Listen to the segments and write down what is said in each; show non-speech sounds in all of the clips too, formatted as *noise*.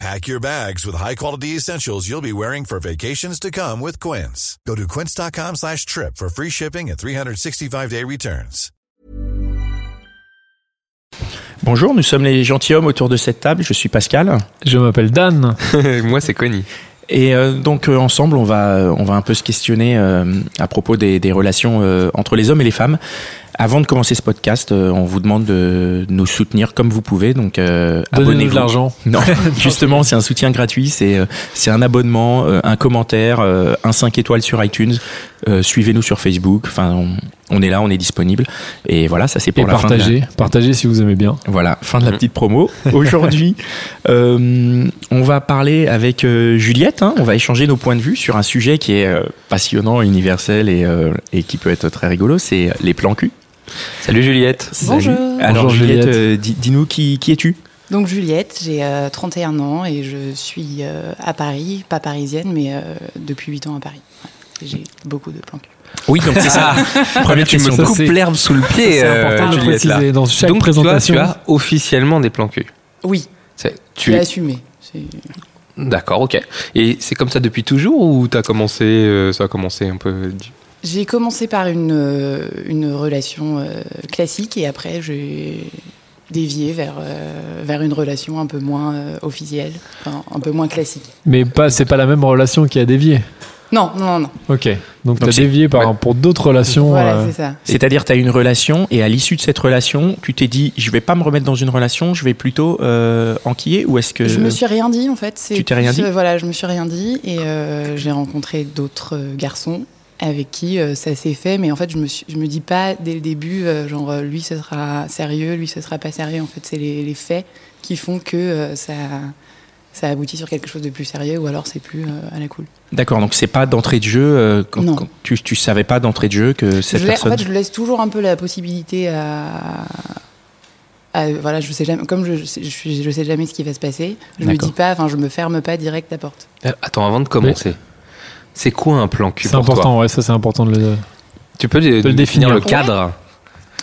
Pack your bags with high-quality essentials you'll be wearing for vacations to come with Quince. Go to quince.com slash trip for free shipping and 365-day returns. Bonjour, nous sommes les gentilshommes autour de cette table. Je suis Pascal. Je m'appelle Dan. *laughs* Moi, c'est Connie. Et euh, donc euh, ensemble, on va, on va un peu se questionner euh, à propos des, des relations euh, entre les hommes et les femmes. Avant de commencer ce podcast, euh, on vous demande de nous soutenir comme vous pouvez. Donc euh, Donnez-nous de l'argent. *laughs* *laughs* Non, justement, c'est un soutien gratuit. C'est euh, c'est un abonnement, euh, un commentaire, euh, un 5 étoiles sur iTunes. Euh, Suivez-nous sur Facebook. Enfin, on, on, est là, on est disponible. Et voilà, ça c'est pour et la partagez, fin. De la... Partagez si vous aimez bien. Voilà, fin Mhm. de la petite *laughs* promo. Aujourd'hui, euh, on va parler avec Juliette. Hein, on va échanger nos points de vue sur un sujet qui est euh, passionnant, universel et, euh, et, qui peut être très rigolo, c'est les plans cul. Salut Juliette. Bonjour. Salut. Alors Bonjour Juliette, euh, dis-nous qui, qui es-tu Donc Juliette, j'ai 31 ans et je suis euh, à Paris, pas parisienne, mais euh, depuis 8 ans à Paris. Ouais. J'ai beaucoup de plans cul. Oui, donc *laughs* c'est ça. Ah. Première tu me coupes l'herbe sous le pied. euh, C'est important de Juliette, préciser là. dans chaque donc, présentation. Toi, tu as officiellement des plans cul. Oui. Tu es assumé. C'est... D'accord, ok. Et c'est comme ça depuis toujours ou t'as commencé, euh, ça a commencé un peu J'ai commencé par une, euh, une relation euh, classique et après j'ai dévié vers, euh, vers une relation un peu moins euh, officielle, enfin, un peu moins classique. Mais pas, c'est pas la même relation qui a dévié non, non, non. Ok, donc, tu as dévié par, ouais. pour d'autres relations. euh, Voilà, c'est ça. C'est-à-dire, tu as une relation et à l'issue de cette relation, tu t'es dit, je vais pas me remettre dans une relation, je vais plutôt euh, enquiller ou est-ce que. Je me suis rien dit en fait. Tu t'es rien dit euh, Voilà, je me suis rien dit et euh, j'ai rencontré d'autres euh, garçons avec qui euh, ça s'est fait, mais en fait, je me, suis, je me dis pas dès le début, euh, genre lui ce sera sérieux, lui ce sera pas sérieux. En fait, c'est les, les, faits qui font que euh, ça ça aboutit sur quelque chose de plus sérieux ou alors c'est plus euh, à la cool. D'accord, donc c'est pas d'entrée de jeu, euh, quand, non. quand tu, tu, savais pas d'entrée de jeu que cette je personne. En fait, je laisse toujours un peu la possibilité à. à voilà, je sais jamais, comme je, je, je, sais jamais ce qui va se passer, je me dis pas, enfin, je me ferme pas direct la porte. Euh, Attends, avant de commencer, oui. c'est quoi un plan cul C'est important, toi ouais, ça c'est important de le. Tu peux, de, de le définir le cadre. Ouais.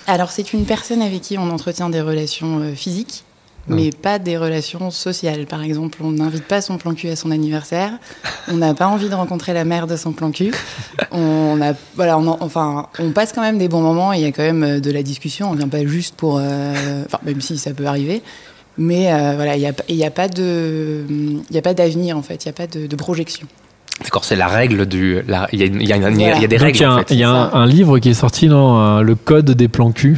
Alors, c'est une personne avec qui on entretient des relations euh, physiques mais non. pas des relations sociales. Par exemple, on n'invite pas son plan cul à son anniversaire, on n'a pas envie de rencontrer la mère de son plan cul. On a, voilà, on en, enfin, on passe quand même des bons moments. Il y a quand même euh, de la discussion. On vient pas juste pour, euh, enfin, même si ça peut arriver. Mais euh, voilà, il n'y a, a, pas de, il a pas d'avenir en fait. Il n'y a pas de, de projection. D'accord, c'est la règle du. Il y, y, y, a des Donc règles. Il y a, en fait, y a un, un, livre qui est sorti, non euh, Le code des plans cul.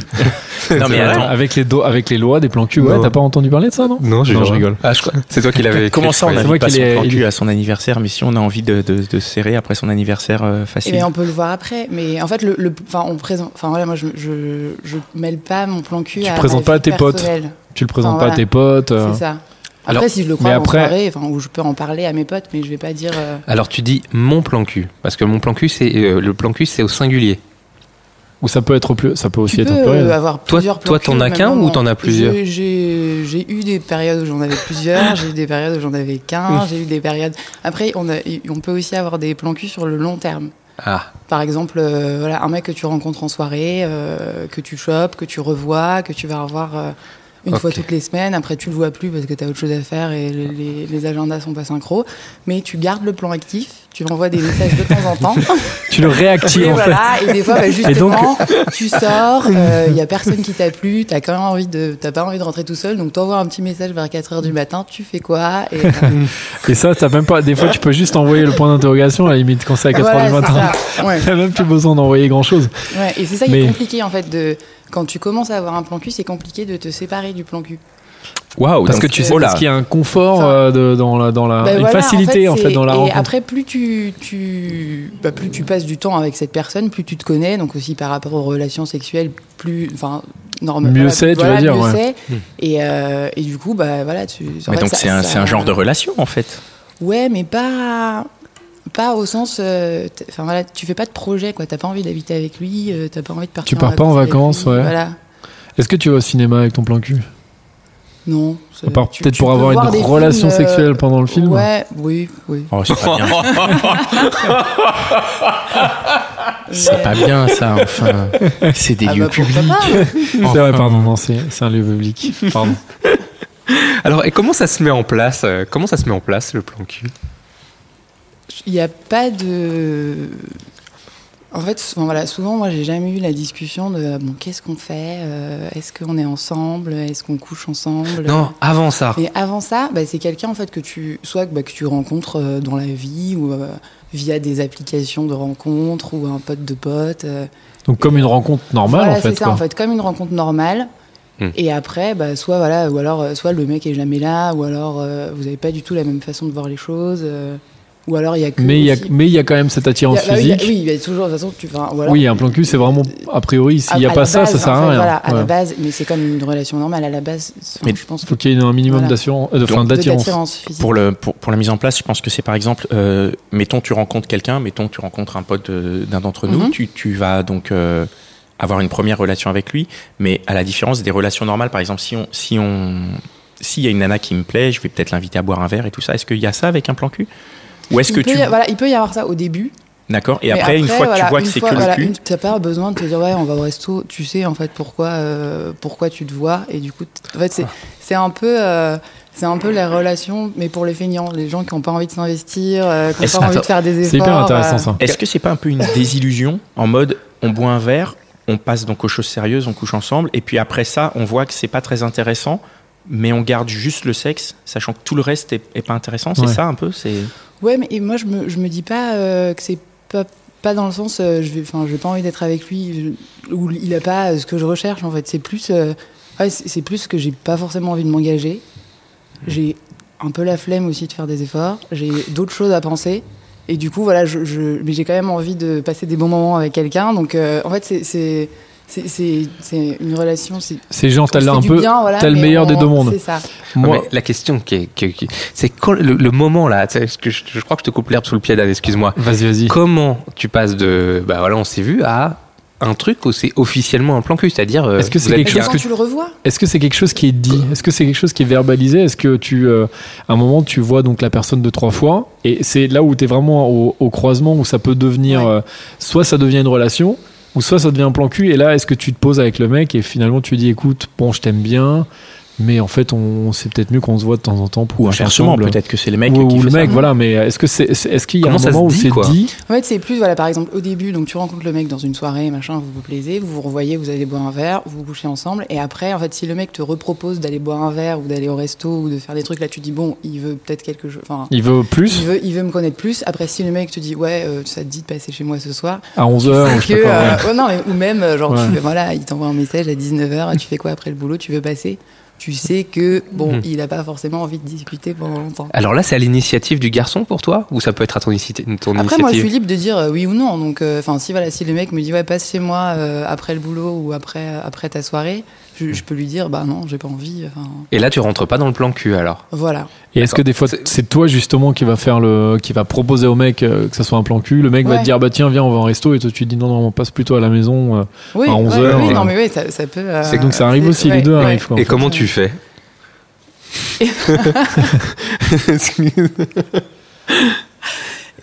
non, mais attends. Avec les, do, avec les lois des plans cul, ouais, t'as pas entendu parler de ça, non Non, non je rigole. Ah, je crois. C'est toi qui l'avais. Comment ça, on a moi pas son plan cul à son anniversaire, mais si on a envie de, de, de serrer après son anniversaire euh, facile. Et Eh ben, on peut le voir après, mais en fait, le, le on présente. Enfin, voilà, moi, je, je, je, mêle pas mon plan cul tu à. Tu présentes ma pas à tes personnelle. potes. Tu le présentes pas à tes potes. euh, C'est ça. Après, alors, si je le crois, après, en soirée, enfin, où je peux en parler à mes potes, mais je vais pas dire. Euh... Alors, tu dis mon plan cul, parce que mon plan cul, c'est euh, le plan cul, c'est au singulier. Ou ça peut être au plus, ça peut aussi tu être peux euh, au pluriel. Avoir plusieurs toi, plans toi, t'en as qu'un ou t'en as plusieurs J'ai eu des périodes où j'en avais plusieurs, j'ai eu des périodes où j'en avais *laughs* qu'un, j'ai eu des périodes. Après, on, a, on peut aussi avoir des plans cul sur le long terme. Ah. Par exemple, euh, voilà, un mec que tu rencontres en soirée, euh, que tu chopes, que tu revois, que tu vas revoir euh, une okay. fois toutes les semaines. Après, tu le vois plus parce que tu as autre chose à faire et les, les, les, agendas sont pas synchro. Mais tu gardes le plan actif, tu envoies des messages de temps en temps. *laughs* tu le réactives et en voilà, fait. Et des fois, bah, justement, et donc... tu sors, il euh, y a personne qui t'a plu, t'as quand même envie de, t'as pas envie de rentrer tout seul, donc t'envoies un petit message vers 4 heures du matin, tu fais quoi *laughs* et, euh... et, ça, t'as même pas. Des fois, tu peux juste envoyer le point d'interrogation à la limite quand c'est à 4 voilà, heures du matin. Ça. Ouais. T'as même plus besoin d'envoyer grand chose. Ouais, et c'est ça qui Mais... est compliqué en fait de quand tu commences à avoir un plan cul, c'est compliqué de te séparer du plan cul. Waouh, parce que tu sais, parce qu'il y a un confort enfin, euh, de, dans la, dans la bah une voilà, facilité en fait, en fait dans la et rencontre. après, plus tu, tu bah, plus tu passes du temps avec cette personne, plus tu te connais, donc aussi par rapport aux relations sexuelles, plus enfin normal. Mieux c'est, voilà, tu vas mieux dire. Ouais. Et, euh, et du coup, bah voilà, tu. Mais donc c'est un, un genre de relation en fait. Ouais, mais pas Pas au sens. euh, t- Enfin voilà, tu fais pas de projet, quoi. T'as pas envie d'habiter avec lui, euh, t'as pas envie de partir. Tu pars pas en avec vacances, lui, ouais. Voilà. Est-ce que tu vas au cinéma avec ton plan cul Non. ça- À part Euh, tu- peut-être tu pour peux avoir voir des une films, relation euh, sexuelle pendant le film Ouais, oui, oui. Oh, c'est pas bien. *laughs* *laughs* c'est pas bien, ça, enfin. C'est des Ah lieux bah, pourquoi publics. pas *laughs* C'est vrai, pardon, non, c'est c'est un lieu public. Pardon. Alors, et comment ça se met en place euh, Comment ça se met en place le plan cul Il n'y a pas de. En fait, souvent, voilà, souvent moi, j'ai jamais eu la discussion de euh, bon, qu'est-ce qu'on fait Euh, Est-ce qu'on est ensemble Est-ce qu'on couche ensemble Non, avant ça. Mais avant ça, bah, c'est quelqu'un en fait que tu soit bah, que tu rencontres euh, dans la vie ou euh, via des applications de rencontres ou un pote de pote. euh. Donc comme une rencontre normale voilà, en fait. c'est ça quoi. en fait, comme une rencontre normale. Hmm. Et après, bah, soit voilà, ou alors euh, soit le mec est jamais là, ou alors euh, vous n'avez pas du tout la même façon de voir les choses, euh, ou alors il y a que Mais il y a aussi- mais il y a quand même cette Il y attirance a- bah oui, il y a- physique. Oui, il y a toujours de toute façon tu enfin, voilà. Oui, un plan cul, c'est vraiment a priori. S'il n'y a À- à pas la ça, base, ça sert en fait, à rien. Voilà, à la Ouais. base, mais c'est comme une relation normale à la base. enfin, Mais je pense Faut qu'il y ait un minimum Voilà. d'assurance, euh, de- enfin, de- d'attirance. physique. Pour, le, pour, pour la mise en place, je pense que c'est par exemple, euh, mettons tu rencontres quelqu'un, mettons tu rencontres un pote de- d'un d'entre nous, Mhm. tu, tu vas donc euh, avoir une première relation avec lui, mais à la différence des relations normales, par exemple, si on, si on, s'il y a une nana qui me plaît, je vais peut-être l'inviter à boire un verre et tout ça. Est-ce qu'il y a ça avec un plan cul Ou est-ce il que peut tu, y a- voilà, il peut y avoir ça au début. d'accord Et mais après, une fois que voilà, tu vois que une c'est fois- que voilà, le cul, une- T'as pas besoin de te dire, ouais, on va au resto. Tu sais, en fait, pourquoi, euh, pourquoi tu te vois. Et du coup, t- en fait, c'est, c'est un peu. euh, c'est un peu la relation, mais pour les feignants, les gens qui n'ont pas envie de s'investir, euh, qui n'ont Est-ce- pas envie de attends, faire des efforts. C'est hyper euh, intéressant ça. Est-ce que c'est pas un peu une désillusion en mode on boit un verre, on passe donc aux choses sérieuses, on couche ensemble, et puis après ça, on voit que c'est pas très intéressant, mais on garde juste le sexe, sachant que tout le reste est, est pas intéressant. C'est Ouais. ça un peu C'est Ouais, mais et moi je me, je me dis pas euh, que c'est pas, pas dans le sens euh, je vais enfin j'ai pas envie d'être avec lui je- ou il a pas euh, ce que je recherche en fait, c'est plus euh, ouais, c'est c'est plus que j'ai pas forcément envie de m'engager. Mmh. J'ai un peu la flemme aussi de faire des efforts, j'ai d'autres choses à penser et du coup voilà, je, je- mais j'ai quand même envie de passer des bons moments avec quelqu'un donc euh, en fait c'est c'est c'est- c'est c'est une relation c'est C'est genre, t'as on se là fait un du peu. bien, voilà, t'as le mais meilleur on- des deux mondes. C'est ça. Moi, Moi, la question qui est, qui est- qui est- c'est quand le, le moment là. tu sais, parce que je, je crois que je te coupe l'herbe sous le pied, Dan. Excuse-moi. vas-y, vas-y. Comment tu passes de, bah voilà, on s'est vu à un truc où c'est officiellement un plan cul, c'est-à-dire. euh, Est-ce que c'est vous êtes quelque Mais chose bien. quand que- tu le revois Est-ce que c'est quelque chose qui est dit Est-ce que c'est quelque chose qui est verbalisé Est-ce que tu, euh, à un moment, tu vois donc la personne de trois fois et c'est là où tu es vraiment au, au croisement où ça peut devenir, Ouais. euh, soit ça devient une relation ou soit ça devient un plan cul et là est-ce que tu te poses avec le mec et finalement tu dis écoute bon je t'aime bien mais en fait on c'est peut-être mieux qu'on se voit de temps en temps pour ou coucher inversement, ensemble. peut-être que c'est le mec qui ou, ou fait le ça. mec voilà mais est-ce que c'est c'est- est-ce qu'il y a Comment un ça moment se où dit, c'est quoi dit En fait, c'est plus, voilà, par exemple, au début, donc tu rencontres le mec dans une soirée, machin, vous vous plaisez, vous vous revoyez, vous allez boire un verre, vous vous couchez ensemble, et après, en fait, si le mec te repropose d'aller boire un verre ou d'aller au resto ou de faire des trucs, là, tu dis, bon, il veut peut-être quelque chose, enfin, il veut il plus veut, il veut me connaître plus. Après, si le mec te dit, ouais, euh, ça te dit de passer chez moi ce soir, à 11 h que, euh, ouais, non, mais- ou même, euh, genre, Ouais. tu fais, voilà, il t'envoie un message à 19h, tu fais quoi après le boulot, tu veux passer tu sais que, bon, Mhm. il n'a pas forcément envie de discuter pendant longtemps. Alors là, c'est à l'initiative du garçon pour toi, ou ça peut être à ton, initi- ton Après, initiative. moi, je suis libre de dire euh, oui ou non. Donc, enfin, si voilà, si le mec me dit ouais, passe chez moi euh, après le boulot ou après euh, après ta soirée, je, je peux lui dire bah non, j'ai pas envie. Enfin, Et là, tu rentres pas dans le plan cul alors. voilà. Et est-ce que des fois, C'est- c'est toi justement qui va faire le, qui va proposer au mec euh, que ça soit un plan cul, le mec va Ouais. te dire bah tiens viens on va en resto et toi tu te dis non non on passe plutôt à la maison. euh. Oui, À ouais, 11 oui, heures, oui, euh, non, mais oui, ça, ça peut. euh, C'est donc ça arrive c'est- aussi ouais, les deux ouais. arrivent quoi. en Et fait. comment tu fais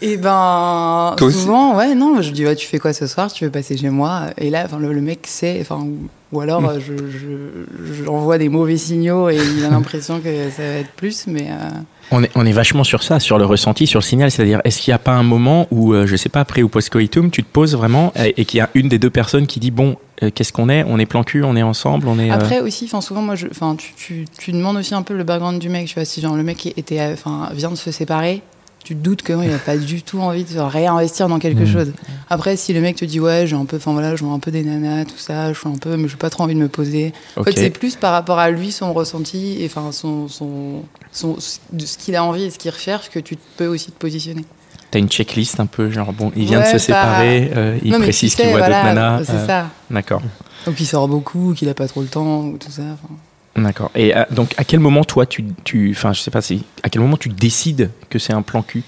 Et ben Toi aussi. souvent, ouais, non, je dis ouais, tu fais quoi ce soir Tu veux passer chez moi Et là, 'fin, le, le mec sait, enfin, ou, ou alors Hmm. euh, je je- je- j'envoie des mauvais signaux et il a l'impression que ça va être plus, mais. euh, On est, on est vachement sur ça, sur le ressenti, sur le signal. C'est-à-dire, est-ce qu'il n'y a pas un moment où, euh, je sais pas, après ou post-coitum, tu te poses vraiment et, et qu'il y a une des deux personnes qui dit bon, euh, qu'est-ce qu'on est On est plan cul, on est ensemble, on est. euh, Après aussi, enfin souvent moi, je- enfin tu, tu, tu demandes aussi un peu le background du mec, tu vois, si genre le mec était, euh, enfin vient de se séparer, tu te doutes qu'il n'a pas du tout envie de se réinvestir dans quelque Mhm. Mm. chose. Après, si le mec te dit ouais, j'ai un peu, enfin voilà, je vois un peu des nanas, tout ça, je suis un peu, mais j'ai pas trop envie de me poser. En ok. fait, c'est plus par rapport à lui, son ressenti et enfin son, son, son, de ce qu'il a envie et ce qu'il recherche que tu peux aussi te positionner. T'as une checklist un peu, genre bon, il vient Ouais, de se pas- séparer, euh, il Non, mais précise tu sais, qu'il voit voilà, d'autres nanas. C'est euh, ça. D'accord, Donc il sort beaucoup, qu'il a pas trop le temps, ou tout ça. enfin. d'accord. Et euh, donc, à quel moment toi, tu, tu, enfin, je sais pas si, à quel moment tu décides que c'est un plan cul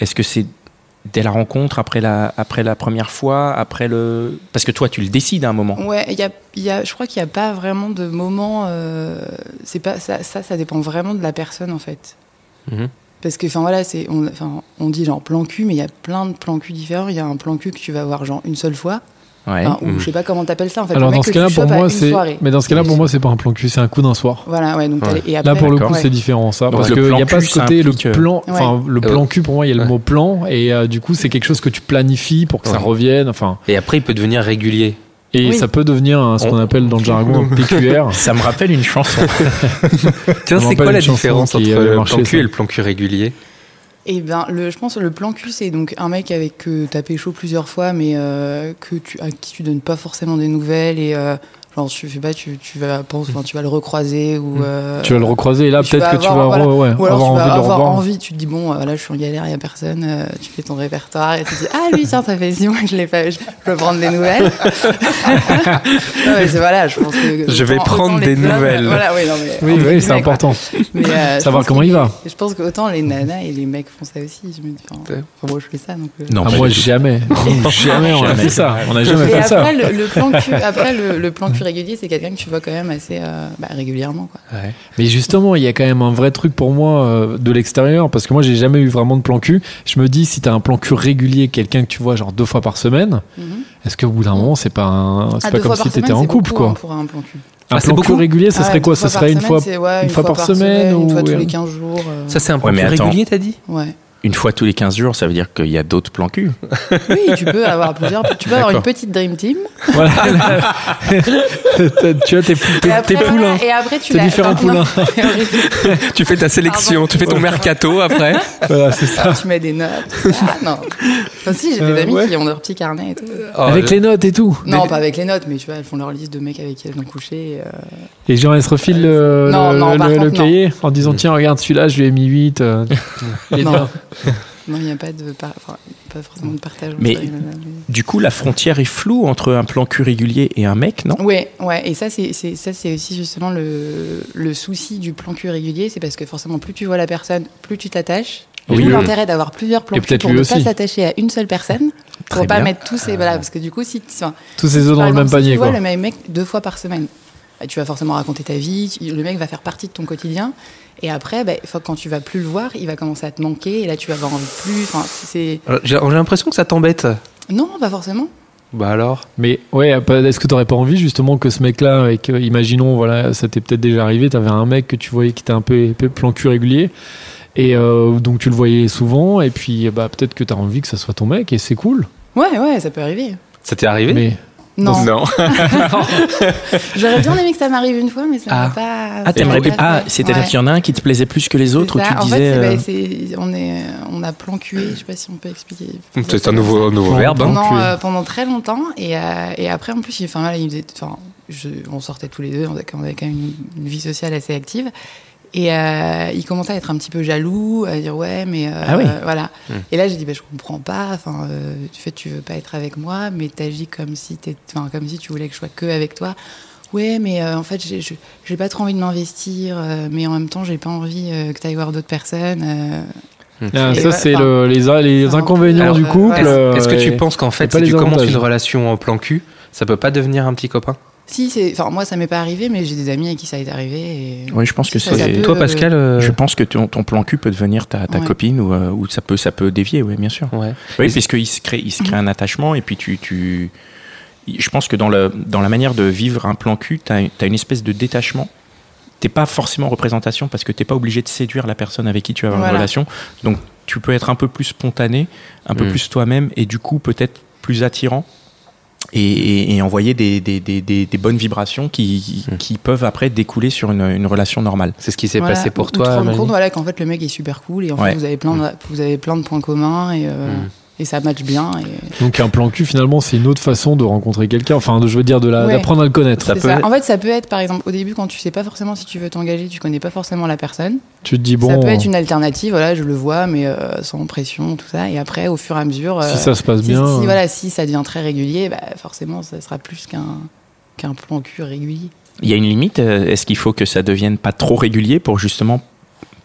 Est-ce que c'est dès la rencontre, après la, après la première fois, après le... Parce que toi, tu le décides à un moment. Ouais, il y a, il y a- je crois qu'il n'y a pas vraiment de moment. euh, c'est pas ça, ça, ça dépend vraiment de la personne en fait. Mhm. Parce que, enfin voilà, c'est on, enfin, on dit genre plan cul, mais il y a plein de plans cul différents. Il y a un plan cul que tu vas voir genre une seule fois, Ouais. Enfin, ou Mhm. je sais pas comment t'appelles ça en fait. Alors le mec dans ce que tu cas-là, pour chopes à moi, une c'est. soirée. Mais dans ce cas-là, pour moi, c'est pas un plan cul, c'est un coup d'un soir. Voilà, ouais. Donc t'as Ouais. les- et Là, après, pour le coup, ouais. c'est différent, ça. Donc, parce le qu'il plan n'y a pas cul, ce ça côté, le implique, euh, plan, enfin, le Ouais. plan cul, pour moi, il y a le mot plan, et euh, du coup, c'est quelque chose que tu planifies pour que ça Ouais. revienne, enfin, Et après, il peut devenir régulier. et Oui. ça peut devenir un- ce qu'on On- appelle dans le jargon un PQR. Ça me rappelle une chanson. Tiens, Je me c'est rappelle quoi la une chanson différence qui entre avait le marché, plan ça. cul et le plan cul régulier Et ben, le, je pense que le plan cul, c'est donc un mec avec que t'as pécho plusieurs fois, mais euh, que tu, à qui tu donnes pas forcément des nouvelles et euh, genre tu fais pas, tu, tu vas penser, enfin, tu vas le recroiser ou euh, Mm. tu vas le recroiser, et là, tu vas peut-être que tu vas avoir- voilà. re- ouais, Hein ou alors avoir tu envie vas de le avoir revoir. envie, tu te dis bon, euh, là je suis en galère, il y a personne, euh, tu fais ton répertoire et tu te dis ah lui tiens ça fait six mois que je l'ai pas, je peux prendre des nouvelles. non, mais c'est voilà, je pense que Je vais autant- prendre autant les des femmes, nouvelles. Voilà, oui, non, mais, Oui, oui, entre c'est guillemets, quoi. important. Mais, euh, je Savoir pense comment que- il va. Je pense qu'autant les nanas et les mecs font ça aussi. Je me dis, enfin, Ouais. enfin, moi je fais ça donc. euh. Non, Ah, pas moi, du tout. *laughs* jamais. jamais on a Jamais. fait ça. On a jamais Et fait ça. après, le, le plan cul, après le, le plan cul régulier, c'est quelqu'un que tu vois quand même assez euh, bah, régulièrement. Quoi. Mais justement, il y a quand même un vrai truc pour moi euh, de l'extérieur, parce que moi, j'ai jamais eu vraiment de plan cul. Je me dis, si t'as un plan cul régulier, quelqu'un que tu vois genre deux fois par semaine, Mhm. est-ce qu'au bout d'un moment, c'est pas, un- c'est Ah, pas deux comme fois par si t'étais semaine, en c'est couple, beaucoup, hein, quoi. Pour un plan cul. Un Ah, c'est plan beaucoup cul régulier, ça Ah, serait quoi deux Ça fois serait par une semaine, fois. c'est, ouais, une fois par semaine Une ou- fois tous ouais. les 15 jours. euh, Ça, c'est un plan Ouais, mais cul attends. régulier, t'as dit ouais. Une fois tous les 15 jours, ça veut dire qu'il y a d'autres plans cul. Oui, tu peux avoir plusieurs. Tu *laughs* peux avoir une D'accord. petite dream team. Voilà. *laughs* T'as- tu as tes, pou- Et tes- après, tes poulains. voilà, Et après, tu Tes l'as- différents enfin, *laughs* non, *laughs* Tu fais ta sélection, tu fais ton mercato après. *laughs* Voilà, c'est ça. *laughs* tu mets des notes. tout ça. non. Enfin, si, j'ai des Euh, amis ouais. Euh, qui ont leur petit carnet et tout. Oh, Avec les notes et tout. Non, pas avec les notes, mais tu vois, elles font leur liste de mecs avec qui elles ont couché. euh, Et genre, elle se refile le, Non, le- non, le- par le contre, non. cahier en disant Tiens, regarde celui-là, je lui ai mis 8. euh, il est Non. bien. Non, il n'y a pas de par- enfin, pas forcément de partage. Mais- entre les nanas, mais- Du coup, la frontière est floue entre un plan cul régulier et un mec, non Ouais, ouais, et ça c'est c'est- ça c'est aussi justement le, le souci du plan cul régulier, c'est parce que forcément plus tu vois la personne, plus tu t'attaches. Et Oui, lui- l'intérêt d'avoir plusieurs plans Et cul peut-être pour lui ne pas aussi. s'attacher à une seule personne, pour Très pas bien. mettre tous ces voilà, parce que du coup si enfin, Tous ces œufs par dans le exemple, même si tu panier, vois quoi. le même mec deux fois par semaine, bah, tu vas forcément raconter ta vie, tu- le mec va faire partie de ton quotidien, et après bah, faut- quand tu vas plus le voir, il va commencer à te manquer, et là tu vas avoir envie de plus. Enfin c'est Alors, J'ai j'ai l'impression que ça t'embête. non pas forcément. Bah alors Mais ouais, euh, pas- est-ce que t'aurais pas envie justement que ce mec-là, avec, euh, imaginons, voilà, ça t'est peut-être déjà arrivé, t'avais un mec que tu voyais qui était un peu épais, plan cul régulier, et euh, donc tu le voyais souvent, et puis bah, peut-être que t'as envie que ça soit ton mec, et c'est cool. Ouais ouais ça peut arriver. Ça t'est arrivé Mais Non. Non. J'aurais bien aimé que ça m'arrive une fois, mais ça Ah. m'a pas. Ah, ça t'aimerais m'a bien. pas Ah, fait. c'est-à-dire Ouais. qu'il y en a un qui te plaisait plus que les autres, C'est tu ça. en disais. fait, euh, c'est- bah, c'est- on, est, on a plancué, je sais pas si on peut expliquer. *laughs* C'est un nouveau, un nouveau Non, verbe. hein. Pendant, plancué. euh, pendant très longtemps, et, euh, et après, en plus, il, enfin, voilà, il faisait, enfin, je- on sortait tous les deux, on avait quand on avait quand même une, une vie sociale assez active. Et euh, il commençait à être un petit peu jaloux, à dire ouais, mais euh, Ah oui. voilà. Et là, j'ai dit bah, je comprends pas. Enfin, euh, tu fais, tu veux pas être avec moi, mais t'agis comme si t'es, enfin, comme si tu voulais que je sois que avec toi. Ouais, mais euh, en fait, j'ai- je- j'ai pas trop envie de m'investir, euh, mais en même temps, j'ai pas envie euh, que t'ailles voir d'autres personnes. euh. Ah, Et ça, ouais, c'est enfin, le- les, a- les c'est un inconvénients peu, du euh, couple. voilà. euh, Est-ce que tu et- penses qu'en et fait, pas si les tu commences avantages. une relation en plan cul, ça peut pas devenir un petit copain Si, c'est, enfin, moi, ça m'est pas arrivé, mais j'ai des amis à qui ça est arrivé. Et... Oui, je pense que Ça, ça c'est. peut- Toi, Pascal euh, Je pense que ton, ton plan cul peut devenir ta, ta Ouais. copine ou, euh, ou ça peut ça peut dévier, oui, bien sûr. Ouais. Oui, puisqu'il se crée, il se crée un attachement et puis tu, tu... Je pense que dans, le, dans la manière de vivre un plan cul, tu as, une espèce de détachement. T'es pas forcément en représentation parce que t'es pas obligé de séduire la personne avec qui tu vas avoir une Voilà. relation. Donc tu peux être un peu plus spontané, un peu Mm. plus toi-même et du coup peut-être plus attirant et, et- et envoyer des, des, des- des- des bonnes vibrations qui, Mm. qui peuvent après découler sur une, une relation normale. C'est ce qui s'est Voilà, passé ou- pour ou te toi. rendre Manu compte voilà, qu'en fait, le mec est super cool et en Ouais. fait, vous avez, plein de, vous avez plein de points communs et, euh, Mm. et ça match bien. Et... Donc un plan cul, finalement, c'est une autre façon de rencontrer quelqu'un, enfin, de, je veux dire, de la- Ouais. d'apprendre à le connaître. C'est ça. En fait, ça peut être, par exemple, au début, quand tu sais pas forcément si tu veux t'engager, tu connais pas forcément la personne. Tu te dis, bon, ça peut être une alternative, voilà, je le vois, mais euh, sans pression, tout ça. Et après, au fur et à mesure, euh, si ça se passe si- bien. si, euh, voilà, si ça devient très régulier, bah, forcément, ça sera plus qu'un qu'un plan cul régulier. Il y a une limite. euh, Est-ce qu'il faut que ça devienne pas trop régulier pour justement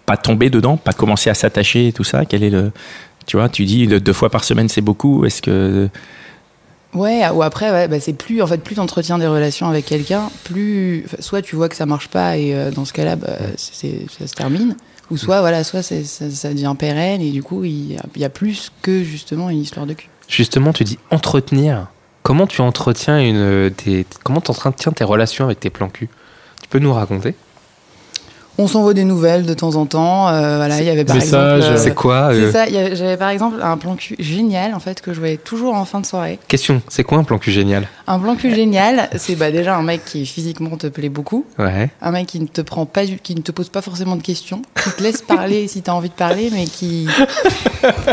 pas tomber dedans, pas commencer à s'attacher et tout ça Quel est le Tu vois, tu dis deux, deux fois par semaine, c'est beaucoup. Est-ce que Ouais, ou après, ouais, bah, c'est plus, en fait, plus t'entretiens des relations avec quelqu'un, plus, enfin, soit tu vois que ça marche pas et euh, dans ce cas-là, bah, c'est- c'est- ça se termine, ou soit, voilà, soit c'est- ça, ça devient pérenne et du coup, il y, a, il y a plus que justement une histoire de cul. Justement, tu dis entretenir. Comment tu entretiens une, euh, tes, comment t'entretiens tes relations avec tes plans cul Tu peux nous raconter On s'envoie des nouvelles de temps en temps, euh, voilà, il y avait par Message, exemple. euh, C'est quoi c'est euh, ça, il y avait- j'avais par exemple un plan cul génial, en fait, que je voyais toujours en fin de soirée. Question, c'est quoi un plan cul génial Un plan cul génial, c'est bah, déjà un mec qui physiquement te plaît beaucoup. Ouais. Un mec qui ne te prend pas, du- qui ne te pose pas forcément de questions, qui te laisse parler si t'as envie de parler, *laughs* mais qui.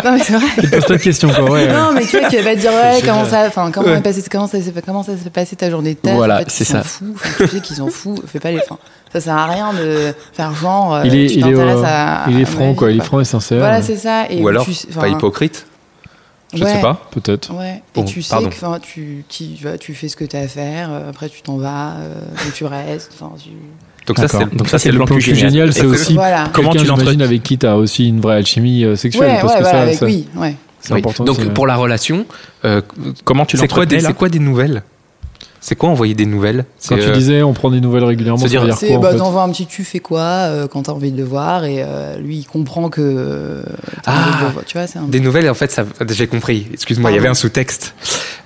Non mais c'est vrai. Pose pas de questions, quoi. ouais, ouais. Non mais tu vois qui va te dire ouais C'est comment ça, enfin comment est passé, comment ça s'est comment ça s'est passé ta journée de taf. Voilà, en fait, ils c'est s'en ça. foutent. Enfin, tu sais qu'ils s'en foutent. Fais pas les fins. Ça sert à rien de faire genre. euh, Il est, tu il est, t'intéresses euh, à- il à est ma franc, vie, quoi. Il est euh. franc et sincère. Ah, Voilà ouais. c'est ça. Et Ou alors, tu sais- pas enfin, hypocrite Je ouais. sais pas. Peut-être. Ouais. Bon, et tu pardon. sais que enfin, tu, tu, vas- tu fais ce que t'as à faire, euh, après tu t'en vas, euh, ou tu restes. enfin, Tu... Donc ça, c'est D'accord. Donc ça, c'est le plan plan cul cul génial. génial, c'est Et- aussi Voilà. Comment quelqu'un, tu l'entretiens j'imagine, avec qui t'as aussi une vraie alchimie euh, sexuelle. Ouais, ouais, parce que voilà, ça, avec ça, oui, ouais. c'est Oui. important. Donc aussi, ouais. pour la relation, euh, comment tu c'est quoi, des- l'entretiens c'est là quoi des nouvelles C'est quoi envoyer des nouvelles Quand C'est, tu euh, disais on prend des nouvelles régulièrement, ça c'est-à-dire, veut dire C'est quoi bah, en fait t'envoies un petit tu fais quoi euh, quand t'as envie de le voir et euh, lui il comprend que euh, t'as Ah, envie de le voir. tu vois c'est un Des nouvelles, en fait, ça, j'ai compris. Excuse-moi, il y avait un sous-texte.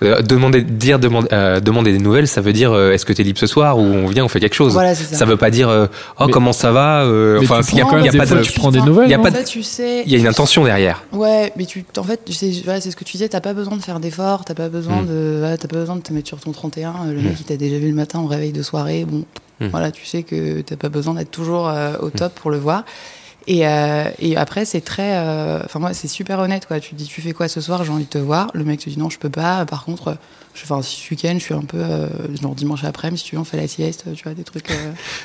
Euh, demander, dire, demander, euh, demander des nouvelles, ça veut dire euh, est-ce que t'es libre ce soir ou on vient, on fait quelque chose. voilà c'est ça. Ça veut pas dire euh, oh Mais- comment ça va. euh, Mais enfin, tu il y a, prends pas- quand il y a même pas des de, fois, tu prends des Putain, nouvelles. il y a non pas de- ça, tu sais il y a une intention derrière. ouais mais tu en fait tu sais voilà, c'est ce que tu disais t'as pas besoin de faire d'efforts t'as pas besoin Hmm. de voilà, t'as pas besoin de te mettre sur ton 31 euh, le Hmm. mec il t'a déjà vu le matin au réveil de soirée bon Hmm. voilà tu sais que t'as pas besoin d'être toujours euh, Mm. au top pour le voir et, euh, et après c'est très euh, enfin moi c'est super honnête quoi tu te dis tu fais quoi ce soir j'ai envie de te voir le mec te dit non je peux pas par contre euh, je enfin ce week-end je suis un peu euh, genre dimanche après-midi si tu veux on fait la sieste tu vois des trucs euh,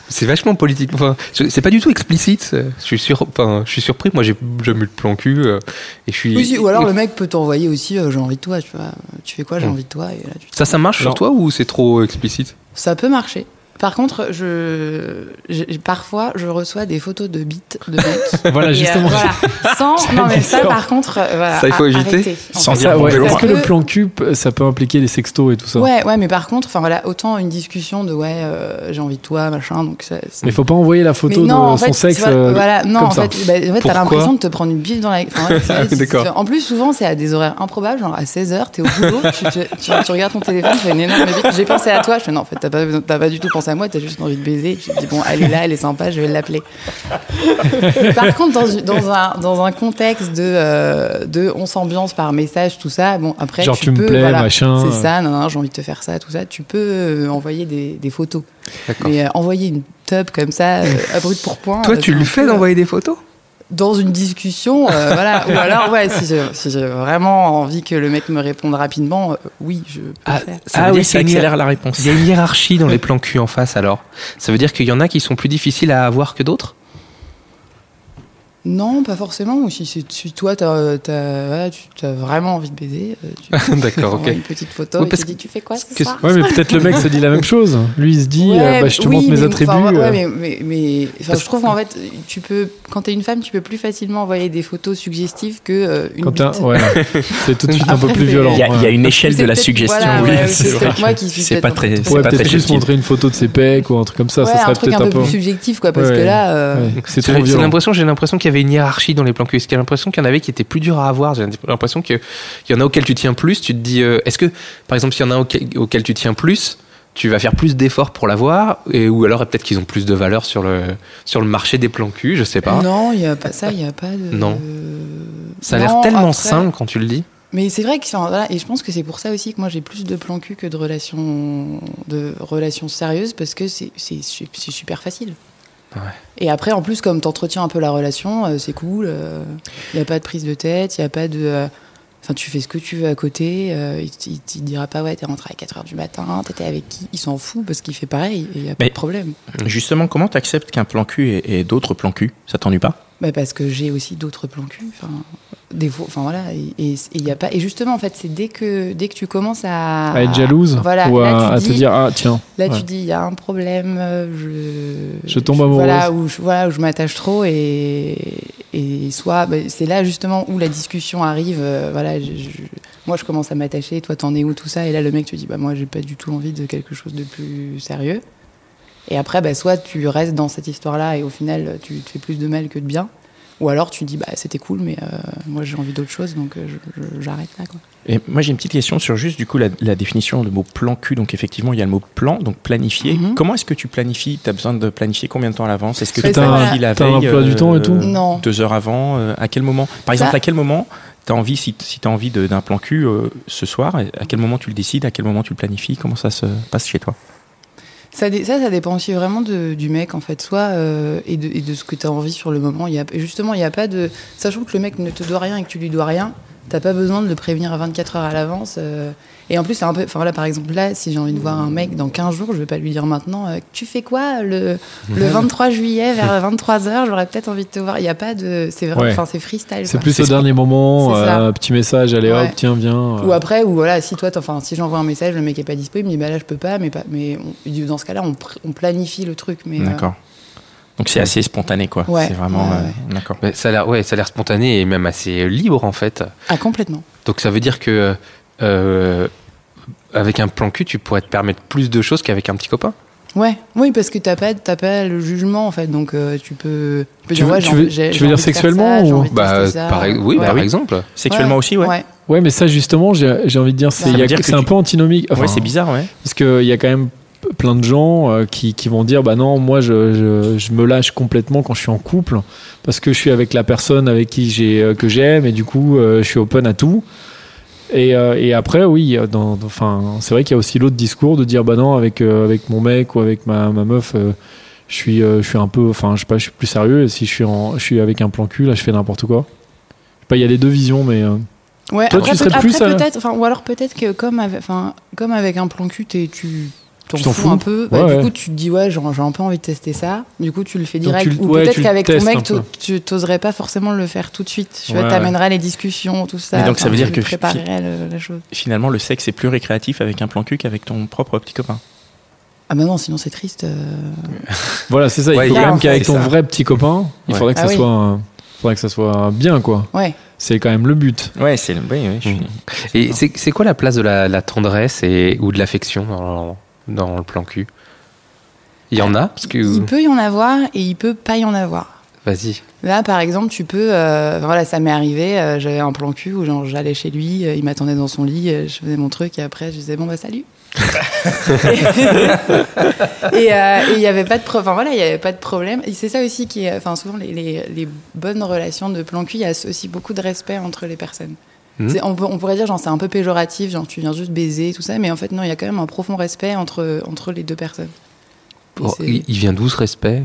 C'est vachement politique. Enfin, je- c'est pas du tout explicite. euh, Je suis sur, enfin, je suis surpris. Moi, j'ai jamais eu le plan cul euh, et Mm. je suis. Oui, si, ou alors le mec peut t'envoyer aussi euh, j'ai envie de toi, tu vois. Tu fais quoi, j'ai envie de toi et là, tu te- Ça, ça marche Non. sur toi ou c'est trop explicite Ça peut marcher. Par contre, je, j'ai- parfois je reçois des photos de bites de *laughs* mecs. Voilà, Et, euh, justement. voilà. Sans, non mais dit ça ça. par contre, euh, voilà, Ça, il faut a- éviter. arrêtez, en Sans fait. dire Ça, ouais, Ça Est-ce que peut- le plan cul, p- ça peut impliquer les sextos et tout ça Ouais, ouais, mais par contre, enfin voilà, autant une discussion de ouais, euh, j'ai envie de toi, machin, donc ça. c'est- Mais faut pas envoyer la photo Mais non, de en son fait, sexe. tu vois, euh, voilà, non, comme en ça. fait, bah, en fait, Pourquoi t'as l'impression de te prendre une bile dans la. enfin, ouais, *laughs* c'est vrai, c'est- D'accord. c'est- En plus, souvent, c'est à des horaires improbables, genre à 16h, t'es au boulot, tu, tu- tu- tu regardes ton téléphone, tu fais une énorme bite. J'ai pensé à toi, je fais non, en fait, t'as pas, t'as pas du tout pensé à moi, t'as juste envie de baiser. Je dis bon, elle est là, elle est sympa, je *laughs* vais l'appeler. Par contre, dans, une- dans, un, dans un contexte de, euh, de on s'ambiance par message, tout ça, bon, après, Genre, tu, tu me peux, plais, voilà, machin. C'est ça, non, non, j'ai envie de te faire ça, tout ça, tu peux euh, envoyer des, des photos. D'accord. Mais euh, envoyer une tub comme ça, euh, à brut pour point. Toi, euh, tu c'est le un fais peu, euh, d'envoyer des photos Dans une discussion, euh, *laughs* voilà. Ou alors, ouais, si j'ai si j'ai vraiment envie que le mec me réponde rapidement, euh, oui, je peux le faire. ça veut Ah dire qu'il y a une hiér- la réponse. Il y a une hiérarchie dans les plans cul en face alors. Ça veut dire qu'il y en a qui sont plus difficiles à avoir que d'autres Non, pas forcément. Ou si, c'est- si toi, t'as as, vraiment envie de baiser, euh, *laughs* tu *laughs* D'accord, t'envoies ok. une petite photo Oui, et parce tu dis, tu fais quoi ce que- soir Ouais, mais peut-être le mec se dit la même chose. Lui, il se dit, Ouais, euh, bah, je te oui, montre mes mais attributs. enfin, ouais, euh, mais, mais- mais- enfin, Parce- je trouve qu'en fait, tu peux, quand t'es une femme, tu peux plus facilement envoyer des photos suggestives que euh, une comme ça, bite. ouais. *laughs* c'est tout de suite un peu Après, plus c'est- violent. Il y a, il y a ouais. une échelle C'est de la peut-être- suggestion. voilà, oui, *laughs* ouais, c'est c'est vrai. peut-être moi qui suis C'est peut-être pas un très, peu- c'est Ouais, pas très peut-être juste subtil. montrer une photo de ses pecs ou un truc comme ça, ouais, ça un serait truc peut-être un peu plus peu. subjectif, quoi, parce Ouais. que là, euh, Ouais, C'est trop C'est c'est violent. l'impression, j'ai l'impression qu'il y avait une hiérarchie dans les plans cul. Est-ce qu'il y a l'impression qu'il y en avait qui étaient plus durs à avoir J'ai l'impression que- qu'il y en a auxquels tu tiens plus. Tu te dis, euh, est-ce que, par exemple, s'il y en a auquel, auquel tu tiens plus, tu vas faire plus d'efforts pour l'avoir et- Ou alors peut-être qu'ils ont plus de valeur sur le, sur le marché des plans cul, je sais pas. non, il n'y a pas ça, il n'y a pas de. Non. euh, Ça a l'air non, tellement après- simple quand tu le dis. Mais c'est vrai que c'est un- voilà, et je pense que c'est pour ça aussi que moi j'ai plus de plans cul que de relations de relations sérieuses parce que c'est c'est su- c'est super facile. Ouais. Et après en plus comme t'entretiens un peu la relation, euh, c'est cool. Il y a pas de prise de tête, il y a pas de euh, Enfin, tu fais ce que tu veux à côté, euh, il, t- il t- il te dira pas, ouais, t'es rentré à 4h du matin, t'étais avec qui Il s'en fout parce qu'il fait pareil, et il a pas Mais- de problème. Justement, comment t'acceptes qu'un plan cul et, et d'autres plans cul Ça t'ennuie pas Bah, parce que j'ai aussi d'autres plans cul. Enfin, des fois, enfin voilà. Et, et, et y a pas. Et justement, en fait, c'est dès que dès que tu commences à, À être jalouse Ah. Voilà. ou là, à, tu à dis, te dire, ah tiens. Là, ouais. tu dis, il y a un problème. euh, Je. Je tombe amoureuse. Voilà où je, voilà où je m'attache trop et Et soit, bah, c'est là justement où la discussion arrive. euh, voilà, je- je- moi je commence à m'attacher, toi t'en es où, tout ça. Et là, le mec te dit, bah moi j'ai pas du tout envie de quelque chose de plus sérieux. Et après, bah, soit tu restes dans cette histoire-là et au final tu te fais plus de mal que de bien. Ou alors tu dis, bah c'était cool, mais euh, moi j'ai envie d'autre chose, donc euh, je- je- j'arrête là. Quoi. Et moi, j'ai une petite question sur juste du coup la, la définition du mot plan cul. Donc, effectivement, il y a le mot plan, donc planifier. Mhm. Comment est-ce que tu planifies Tu as besoin de planifier combien de temps à l'avance Est-ce que Ça, tu ça, planifies voilà. la T'as veille euh, un emploi du temps et tout Non. Deux heures avant euh, À quel moment Par exemple, Ça- à quel moment tu as envie, si, si tu as envie de- d'un plan cul euh, ce soir, à quel moment tu le décides À quel moment tu le planifies Comment ça se passe chez toi Ça, dé- ça, ça dépend aussi vraiment de- du mec, en fait, soit, euh, et, de, et de ce que tu as envie sur le moment. Il Y a, justement, il n'y a pas de. Sachant que le mec ne te doit rien et que tu lui dois rien, t'as pas besoin de le prévenir à 24 heures à l'avance. euh. et en plus, c'est un peu. Enfin, là, par exemple, là, si j'ai envie de voir un mec dans 15 jours, je vais pas lui dire maintenant, euh, tu fais quoi le, le 23 *laughs* juillet vers 23 heures J'aurais peut-être envie de te voir. Il n'y a pas de. C'est vraiment. Ouais. Enfin, c'est freestyle. C'est quoi. plus au dernier moment, C'est ça. euh, petit message, allez hop, Ouais. tiens, viens. euh. Ou après, ou voilà, si toi, t'en- enfin, si j'envoie un message, le mec est pas dispo, il me dit bah là je peux pas, mais pas, mais on- dans ce cas-là, on, pr- on planifie le truc, mais euh, D'accord. Donc, c'est assez spontané, quoi. Ouais. C'est vraiment. Ouais, euh, ouais. D'accord. Mais ça a l'air ouais, ça a l'air spontané et même assez libre en fait. ah complètement. Donc ça veut dire que euh, avec un plan cul, tu pourrais te permettre plus de choses qu'avec un petit copain. Ouais, oui, parce que t'as pas, t'as pas le jugement en fait, donc euh, tu peux. peux Tu veux- ouais, tu j'ai veux- envie- j'ai- tu j'ai veux dire envie de faire sexuellement ça, j'ai ou- bah, envie de tester ça. Bah, Bah par, oui, Ouais. par oui. exemple. Sexuellement Ouais, aussi, ouais. ouais. Ouais, mais ça, justement, j'ai j'ai envie de dire, c'est Ça il y veut a- dire que c'est un tu- peu antinomique. Enfin, ouais, c'est bizarre, ouais. Parce qu'il y a quand même plein de gens euh, qui, qui vont dire bah non moi je, je, je me lâche complètement quand je suis en couple parce que je suis avec la personne avec qui j'ai euh, que j'aime et du coup euh, je suis open à tout et, euh, et après oui euh, dans, dans- enfin c'est vrai qu'il y a aussi l'autre discours de dire bah non avec euh, avec mon mec ou avec ma, ma meuf euh, je suis euh, je suis un peu enfin je sais pas je suis plus sérieux et si je suis en, je suis avec un plan cul là je fais n'importe quoi je sais pas il y a les deux visions mais euh, Ouais, Toi, après, tu serais peut- plus euh, après, à- peut-être, enfin, ou alors peut-être que comme avec, enfin, comme avec un plan cul, t'es- tu t'en Tu t'en fous, fous. un peu. Bah, Ouais, du ouais. coup, tu te dis ouais, genre, j'ai un peu envie de tester ça. Du coup, tu le fais Donc, direct. tu le- Ou ouais, tu peut-être le qu'avec ton testes un mec, peu. t'o- tu t'oserais pas forcément le faire tout de suite. Tu vois, Ouais, t'amèneras les discussions, tout ça. Mais donc, ça Enfin, veut dire tu que- préparerais le- la chose. Finalement, le sexe est plus récréatif avec un plan cul qu'avec ton propre petit copain. Ah bah non, sinon c'est triste. euh. voilà c'est ça il Ouais, faut il y a- quand même qu'avec c'est ton ça. vrai petit copain il Ouais. faudrait que Ah ça oui. soit un- faudrait que ça soit bien quoi Ouais. C'est quand même le but. Ouais, c'est. Oui, oui, je suis- Mhm. Et c'est c'est quoi la place de la, la tendresse et, ou de l'affection dans, dans le plan cul Il y en a parce que Il peut y en avoir et il peut pas y en avoir. vas-y. Là, par exemple, tu peux. euh, voilà, ça m'est arrivé. euh, J'avais un plan cul où genre j'allais chez lui, euh, il m'attendait dans son lit, euh, je faisais mon truc et après je disais bon bah *laughs* salut. et euh, et il y avait pas de pro- enfin voilà, il y avait pas de problème. Et c'est ça aussi qui est. Enfin souvent les, les- les bonnes relations de plan cul, il y a aussi beaucoup de respect entre les personnes. Mhm. C'est- On, peut- on pourrait dire genre c'est un peu péjoratif, genre tu viens juste baiser tout ça, mais en fait non, il y a quand même un profond respect entre entre les deux personnes. Et Oh, c'est- il, il vient d'où ce respect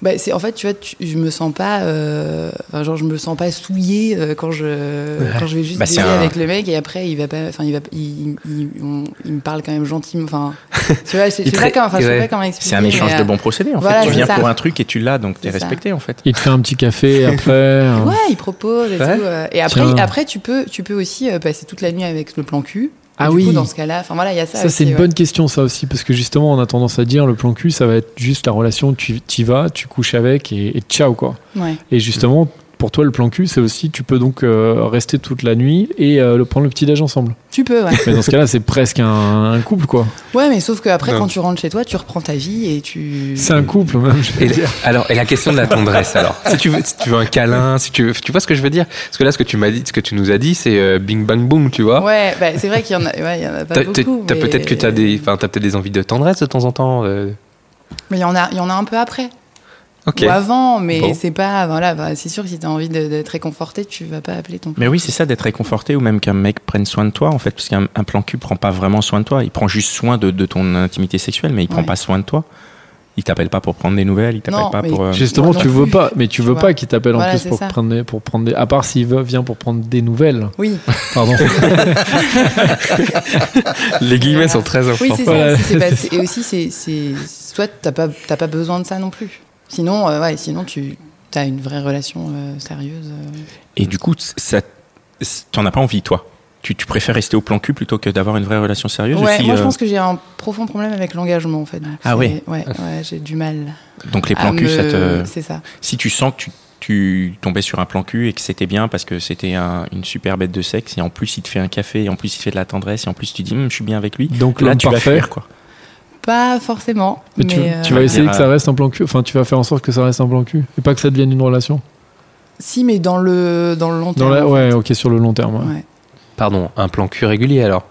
bah, c'est en fait tu vois tu- je me sens pas euh, enfin, genre je me sens pas souillée euh, quand je quand je vais juste Bah, c'est baiser un- avec le mec et après il va pas enfin il va il, il, on- il me parle quand même gentiment enfin tu vois c'est- je sais traite- pas comment enfin, je sais ouais. pas comment expliquer C'est un échange mais, de euh, bons procédés en fait. voilà, Tu c'est viens ça. pour un truc et tu l'as, donc t'es C'est ça. respecté en fait. Il te fait un petit café après. euh, ouais il propose et Ouais. tout euh, et après Tiens. après tu peux tu peux aussi euh, passer toute la nuit avec le plan cul Et Ah du oui. coup, dans ce cas-là enfin voilà il y a ça, Ça, c'est aussi, une ouais. bonne question, ça aussi, parce que justement, on a tendance à dire le plan cul, ça va être juste la relation, tu y vas, tu couches avec et, et ciao, quoi. ouais. Et justement, pour toi, le plan cul, c'est aussi, tu peux donc euh, rester toute la nuit et euh, le prendre le petit-déj ensemble. tu peux ouais Mais dans ce cas-là, c'est presque un, un couple, quoi. ouais mais sauf que après Non. quand tu rentres chez toi tu reprends ta vie et tu C'est un couple, même. je vais Et la- dire. alors, et la question de la tendresse, alors. Si tu veux, si tu veux un câlin, si tu veux, tu vois ce que je veux dire Parce que là, ce que tu m'as dit, ce que tu nous as dit, c'est euh, bing bang boom, tu vois. ouais bah, c'est vrai qu'il y en a ouais, il y en a pas T'as t'as- beaucoup t'as mais- peut-être que t'as des, enfin, t'as peut-être des envies de tendresse de temps en temps. euh. mais il y en a il y en a un peu après Ok. ou avant, mais Bon. c'est pas. Voilà, bah, c'est sûr que si t'as envie de- d'être réconforté, tu vas pas appeler ton. Mais oui, c'est ça d'être réconforté ou même qu'un mec prenne soin de toi en fait, parce qu'un un plan cul prend pas vraiment soin de toi. Il prend juste soin de, de ton intimité sexuelle, mais il prend Ouais. pas soin de toi. Il t'appelle pas pour prendre des nouvelles, il t'appelle Non, pas mais pour. euh, Justement, Moi non tu veux plus, pas, mais tu tu veux vois. pas qu'il t'appelle en Voilà, plus c'est pour ça. prendre, des- pour prendre des. À part s'il veut- vient pour prendre des nouvelles. Oui, *laughs* Pardon. Les guillemets sont très oui, importants. c'est Voilà. ça. si *laughs* c'est pas- c'est- et aussi, c'est, c'est soit t'as pas, t'as pas besoin de ça non plus. Sinon, euh, ouais, sinon tu as une vraie relation euh, sérieuse. euh. Et du coup, ça, t'en as pas envie toi. Tu, tu préfères rester au plan cul plutôt que d'avoir une vraie relation sérieuse. Ouais, aussi, moi je euh, pense que j'ai un profond problème avec l'engagement en fait. Donc, Ah c'est- ouais. Ouais, ouais, j'ai du mal. Donc les à plans cul, me- ça te. C'est ça. Si tu sens que tu, tu tu tombais sur un plan cul et que c'était bien parce que c'était un- une super bête de sexe et en plus il te fait un café et en plus il te fait de la tendresse et en plus tu dis Hum, je suis bien avec lui. Donc Là l'homme tu vas parfait. fuir quoi. Pas forcément. Mais tu, mais, tu euh, vas essayer dire, que ça reste un plan cul. Enfin, tu vas faire en sorte que ça reste un plan cul et pas que ça devienne une relation. Si, mais dans le, dans le long Dans terme. la- ouais, ok, sur le long terme. ouais. Ouais. Pardon, un plan cul régulier alors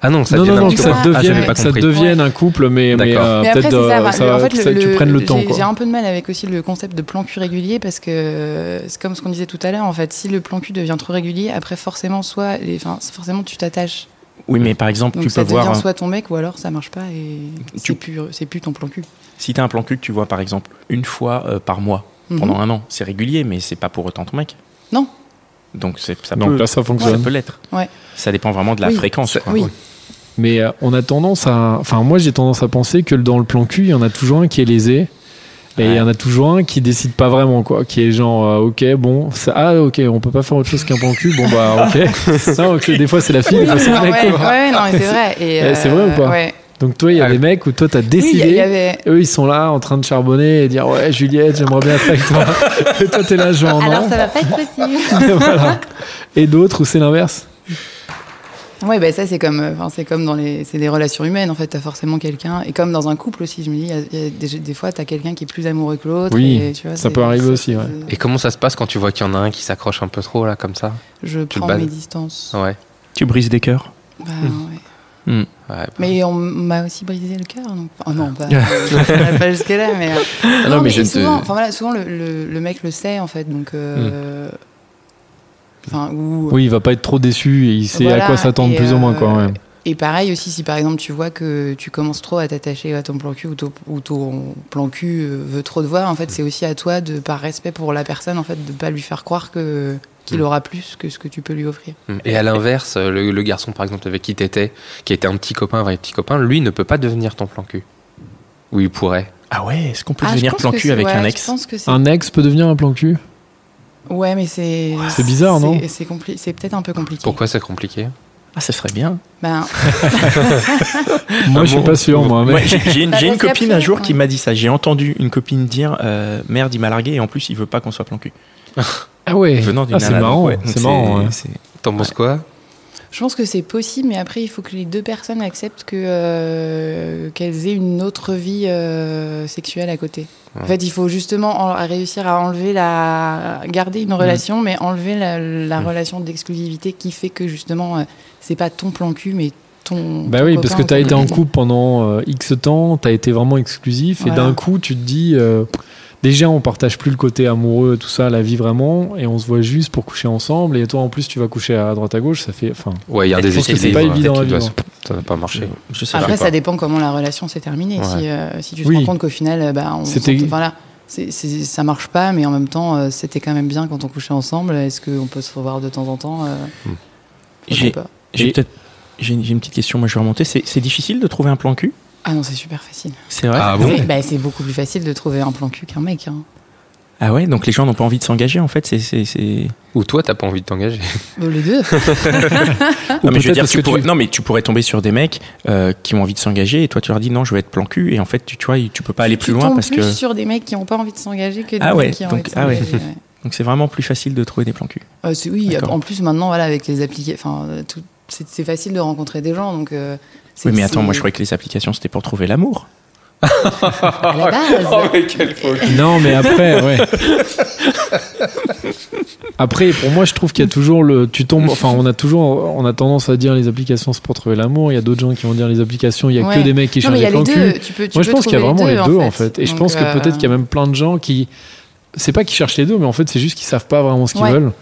Ah non, ça non, devient non, un non, petit que ça couple. couple. Ah, devienne, j'avais pas que ça compris. devienne un couple, mais, mais, D'accord. euh, Mais après, peut-être c'est ça. euh, enfin, ça- en fait, que ça- le- tu le- prennes le temps. j'ai- quoi. J'ai un peu de mal avec aussi le concept de plan cul régulier parce que euh, c'est comme ce qu'on disait tout à l'heure. En fait, si le plan cul devient trop régulier, après, forcément, soit, les, enfin, forcément, tu t'attaches. Oui mais par exemple Donc, tu ça peux devient voir un- soit ton mec ou alors ça marche pas et Tu- c'est plus, c'est plus ton plan cul. si t'as un plan cul que tu vois par exemple une fois euh, par mois Mhm. pendant un an c'est régulier mais c'est pas pour autant ton mec. Non. Donc c'est- ça peut Donc là, ça ça fonctionne. peut l'être. Ouais. Ça dépend vraiment de la Oui. fréquence. quoi. Oui. Mais euh, on a tendance à. Enfin, moi, j'ai tendance à penser que dans le plan cul, il y en a toujours un qui est lésé. Et il y en a toujours un qui décide pas vraiment, quoi. Qui est genre, euh, ok, bon, ça, ah, ok, on peut pas faire autre chose qu'un plan cul, bon, *laughs* bah, ok. non, ok, des fois, c'est la fille, des fois, c'est le *laughs* Ah mec. ouais, quoi. ouais, non, mais c'est vrai. Et, euh, Eh, c'est vrai ou pas ouais. Donc, toi, il y a des mecs où toi, t'as Oui, il décidé. y- il y avait. Eux, ils sont là en train de charbonner et dire Ouais, Juliette, j'aimerais bien être avec *laughs* toi. et toi, t'es là, Oh genre Alors non. ça va pas être possible. *laughs* Voilà. Et d'autres où c'est l'inverse. Ouais, bah ça c'est comme, euh, enfin c'est comme dans les, c'est des relations humaines en fait. T'as forcément quelqu'un et comme dans un couple aussi, je me dis, il y a- il y a des, des fois t'as quelqu'un qui est plus amoureux que l'autre. Oui, et, tu vois, ça c'est- peut arriver c'est- aussi, ouais. c'est- Et comment ça se passe quand tu vois qu'il y en a un qui s'accroche un peu trop là comme ça Tu Je le Ah. prends bades. mes distances. Ouais. Tu brises des cœurs. Bah, ouais. ouais. Mais on m'a aussi brisé le cœur, donc. Oh non, *laughs* pas, euh, pas jusque là, mais. euh, Ah non, mais je ne te- souvent, enfin, voilà, souvent le, le- le mec le sait en fait, donc. euh, Hmm. Enfin, ou- Oui, il va pas être trop déçu et il sait Voilà, à quoi s'attendre et, plus ou moins, quoi. euh, ouais. Et pareil aussi, si par exemple tu vois que tu commences trop à t'attacher à ton plan cul ou ton, ou ton plan cul euh, veut trop te voir, en fait, c'est aussi à toi, de, par respect pour la personne, en fait, de pas lui faire croire que qu'il Mm. aura plus que ce que tu peux lui offrir. Mm. Et à l'inverse, euh, le, le garçon par exemple avec qui t'étais, qui était un petit copain, un vrai petit copain, lui ne peut pas devenir ton plan cul. Ou il pourrait. Ah ouais, est-ce qu'on peut Ah, je devenir pense plan que cul c'est- avec ouais, un je ex pense que c'est- Un ex peut devenir un plan cul Ouais, mais c'est C'est bizarre, non c'est- C'est compli- c'est peut-être un peu compliqué. Pourquoi c'est compliqué Ah, ça serait bien. Ben, Moi, je suis bon pas sûr, moi. Mais... Ouais, j'ai- j'ai une, Bah, j'ai une parce qu'après, copine un jour qui ouais. m'a dit ça. J'ai entendu une copine dire euh, merde, il m'a largué et en plus il veut pas qu'on soit plan cul. Ah ouais, Venant d'une Ah, c'est nana, donc, marrant. ouais, donc c'est marrant. ouais. c'est- T'en penses quoi je pense que c'est possible, mais après il faut que les deux personnes acceptent que euh, qu'elles aient une autre vie euh, sexuelle à côté. En Ouais. fait, il faut justement en- réussir à enlever la, garder une relation, mais enlever la, la Mm. relation d'exclusivité qui fait que justement, euh, c'est pas ton plan cul, mais ton. Bah ton oui, copain parce que ou t'as ton été en copine. couple pendant euh, X temps, t'as été vraiment exclusif, et Voilà. d'un coup, tu te dis, euh, déjà, on partage plus le côté amoureux, tout ça, la vie vraiment, et on se voit juste pour coucher ensemble, et toi, en plus, tu vas coucher à droite à gauche, ça fait. *laughs* Enfin, Ouais, il y a Je des pense que équilibres. hein. c'est pas peut-être évident à qu'il doit vivre. se- Ça va pas Je, marcher. je sais Ah, Après, pas. ça dépend comment la relation s'est terminée. Ouais. Si, euh, si tu te Oui. rends compte qu'au final, euh, bah, on C'était- s'entend- enfin, là, c'est- c'est- ça marche pas, mais en même temps, euh, c'était quand même bien quand on couchait ensemble. Est-ce qu'on peut se revoir de temps en temps euh, Mm. je sais Hmm. J'ai- pas. J'ai Et- peut-être. J'ai j'ai une petite question, moi je vais remonter. C'est c'est difficile de trouver un plan cul Ah non, c'est super facile. C'est vrai Ah bon C'est- bah, c'est beaucoup plus facile de trouver un plan cul qu'un mec. hein. Ah ouais, donc les gens n'ont pas envie de s'engager en fait c'est- c'est- c'est- Ou toi, t'as pas envie de *laughs* t'engager Euh, Les *laughs* deux. Ah. Non, mais je veux peut-être dire, parce tu que tu- pourrais... non, mais tu pourrais tomber sur des mecs euh, qui ont envie de s'engager et toi tu leur dis non, je veux être plan cul et en fait tu, tu vois, tu peux pas aller Tu plus loin tombes parce plus que. sur des mecs qui n'ont pas envie de s'engager que des Ah ouais, mecs qui ont envie donc- de ah ouais. *laughs* s'engager. ouais. Donc c'est vraiment plus facile de trouver des plans cul. Euh, c'est- oui, D'accord. en plus maintenant, voilà, avec les applications, enfin, euh, tout- c'est c'est facile de rencontrer des gens. Donc, euh, c'est- Oui, mais attends, c'est- moi je croyais que les applications c'était pour trouver l'amour. À la base. *laughs* Non, mais après, ouais. *laughs* Après, pour moi, je trouve qu'il y a toujours le. Tu tombes. Enfin, on a toujours. On a tendance à dire les applications, c'est pour trouver l'amour. Il y a d'autres gens qui vont dire les applications, il y a que Ouais. des mecs qui cherchent non, mais il y des a les plans deux. cul. Tu peux, tu Moi, peux je pense qu'il y a trouver vraiment les deux, en fait. Et je Donc, pense que euh, peut-être qu'il y a même plein de gens qui. C'est pas qu'ils cherchent les deux, mais en fait, c'est juste qu'ils savent pas vraiment ce qu'ils Ouais. veulent.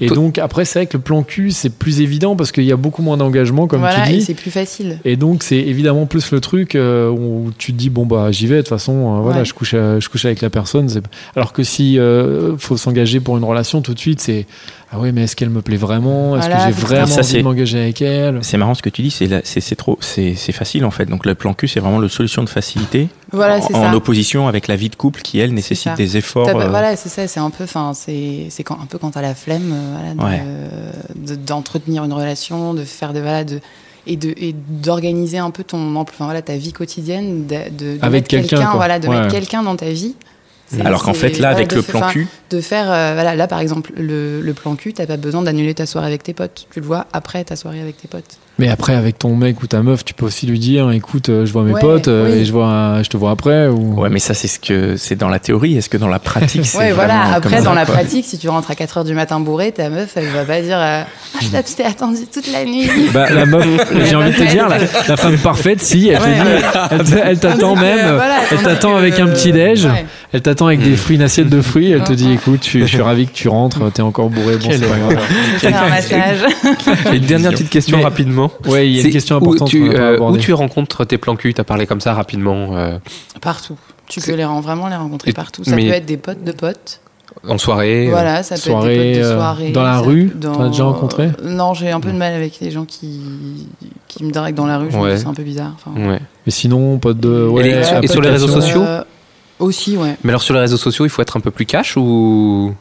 Et Toi- donc, après, c'est vrai que le plan cul, c'est plus évident parce qu'il y a beaucoup moins d'engagement, comme voilà, tu et dis. c'est plus facile. Et donc, c'est évidemment plus le truc euh, où tu te dis, bon, bah, j'y vais, de toute façon, euh, voilà, Ouais. je, couche, euh, je couche avec la personne. c'est- Alors que si euh, faut s'engager pour une relation tout de suite, c'est, ah ouais, mais est-ce qu'elle me plaît vraiment Est-ce Voilà, que j'ai c'est ça. vraiment Ça, envie c'est- de m'engager avec elle C'est marrant ce que tu dis, c'est la- c'est c'est trop, c'est c'est facile en fait. Donc le plan cul, c'est vraiment la solution de facilité Voilà, en, c'est en ça. opposition avec la vie de couple qui elle C'est nécessite ça. des efforts. T'as pas- euh, Voilà, c'est ça. C'est un peu, enfin, c'est c'est quand un peu quand t'as la flemme, euh, voilà, Ouais. de- de- d'entretenir une relation, de faire des voilà, de et de et d'organiser un peu ton emploi, enfin voilà, ta vie quotidienne, de, de- de Avec mettre quelqu'un, quoi. voilà, de Ouais. mettre quelqu'un dans ta vie. C'est- Alors qu'en c'est- fait, là, ouais, avec de le fa- plan enfin, cul, De faire, euh, voilà, là par exemple, le, le plan cul, t'as pas besoin d'annuler ta soirée avec tes potes. Tu le vois après ta soirée avec tes potes. Mais après, avec ton mec ou ta meuf, tu peux aussi lui dire écoute, euh, je vois mes Ouais, potes euh, oui. et je, vois, je te vois après. Ou... ouais, mais ça, c'est ce que c'est dans la théorie. Est-ce que dans la pratique, c'est Ouais, voilà. vraiment comme Après, ça, dans la quoi pratique, si tu rentres à 4h du matin bourré, ta meuf, elle va pas dire euh, Ah, je t'ai- je t'ai attendu toute *laughs* la nuit. Bah, la *laughs* meuf, j'ai La envie de te meuf, dire, la, elle- la femme parfaite, si, elle te Ouais, dit, ouais. elle t- elle t'attend Tandis que, même, voilà, elle tandis t'attend que, avec un petit déj, *laughs* ouais. elle t'attend avec Mm. des fruits, une assiette de fruits, elle te dit, Ouais. écoute, je, je suis ravi que tu rentres, t'es encore bourré, bon, c'est pas grave. Je vais faire un massage. *laughs* Et une dernière petite question Mais- rapidement. Ouais, il y a C'est une question Où importante tu, qu'on a pas euh, où abordée. tu rencontres tes plans cul T'as parlé comme ça rapidement euh, Partout. Tu C'est- peux les, ren- vraiment les rencontrer Et- partout. Ça mais- peut être des potes de potes. en soirée. euh, Voilà, ça peut soirée, être des potes euh, de soirée. dans la ça rue, peut- t'en as déjà rencontré Non, j'ai un peu de mal avec les gens qui, qui me draguent dans la rue. je me Ouais. dis, C'est un peu bizarre. enfin. ouais. Mais sinon, pas de. Euh, ouais, Et les- et sur les réseaux application. sociaux Euh, Aussi, ouais. Mais alors sur les réseaux sociaux, il faut être un peu plus cash ou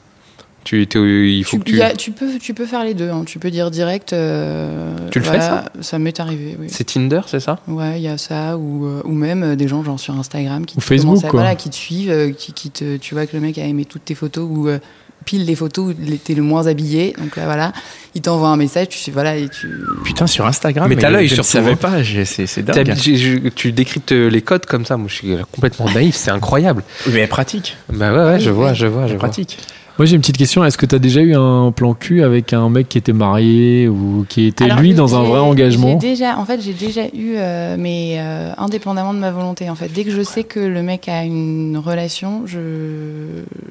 tu, tu- il faut Tu, que tu. y a- tu peux, tu peux faire les deux. hein. Tu peux dire direct. euh, Tu le fais, voilà, Ça m'est arrivé, oui. C'est Tinder, c'est ça Ouais, il y a ça, ou, euh, ou même euh, des gens genre sur Instagram qui Ou te Facebook, commencent à- quoi. voilà, qui te suivent, euh, qui, qui te, tu vois que le mec a aimé toutes tes photos ou euh, pile les photos où t'es le moins habillé, donc là voilà, il t'envoie un message, tu sais voilà et tu. Putain, sur Instagram. Mais t'as l'œil je ne surtout, savais hein. pas. j'ai- C'est c'est T'as- dingue. j'ai- je- tu décryptes euh, les codes comme ça. Moi, je suis complètement naïf. C'est incroyable. Mais pratique. Bah ouais, ouais, je Oui, vois, oui. je Ah, vois, je vois. Pratique. Moi, j'ai une petite question. Est-ce que t'as déjà eu un plan cul avec un mec qui était marié ou qui était, Alors, lui, dans un j'ai- vrai j'ai engagement Déjà, en fait, j'ai déjà eu, euh, mais euh, indépendamment de ma volonté, en fait, dès que je sais que le mec a une relation, je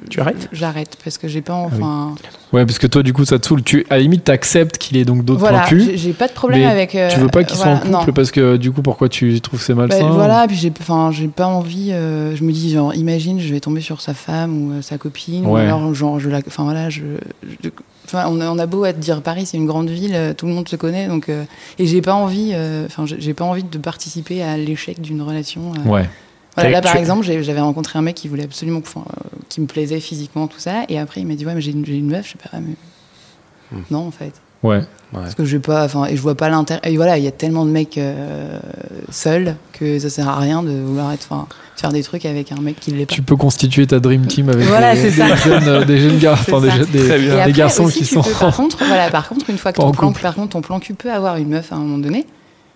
Tu arrêtes j'arrête parce que j'ai pas enfin. Ouais, parce que toi, du coup, ça te saoule. Tu, à la limite, t'acceptes qu'il ait donc d'autres voilà, plans cul. j'ai j'ai pas de problème mais avec. euh, Tu veux pas qu'il voilà, soit en non. couple parce que, du coup, pourquoi tu trouves que c'est Bah, malsain hein. voilà, puis j'ai, enfin, j'ai pas envie. euh, je me dis, genre, imagine, je vais tomber sur sa femme ou euh, sa copine, ou Ouais. alors, genre, je la, enfin voilà, je, je- enfin, on a, on a beau être dire Paris, c'est une grande ville, euh, tout le monde se connaît, donc, euh, et j'ai pas envie, euh, enfin, j'ai- j'ai pas envie de participer à l'échec d'une relation. euh. Ouais. Voilà, là, Tu- par exemple, j'ai- j'avais rencontré un mec qui voulait absolument, enfin, euh, qui me plaisait physiquement, tout ça, et après, il m'a dit, ouais, mais j'ai une, j'ai une meuf, je sais pas, mais non, en fait. Ouais. Parce que je vais pas, enfin, et je vois pas l'intérêt. Et voilà, il y a tellement de mecs euh, seuls que ça sert à rien de vouloir être, enfin, de faire des trucs avec un mec qui l'est pas. Tu peux constituer ta dream team avec Voilà, des, c'est ça. des jeunes, euh, des jeunes gars, enfin, des, ça. jeunes- des- Et des après garçons aussi, qui tu *laughs* sont. peux, par contre, voilà, par contre, une fois que Pas en ton plan, couple. par contre, ton plan cul peut avoir une meuf à un moment donné.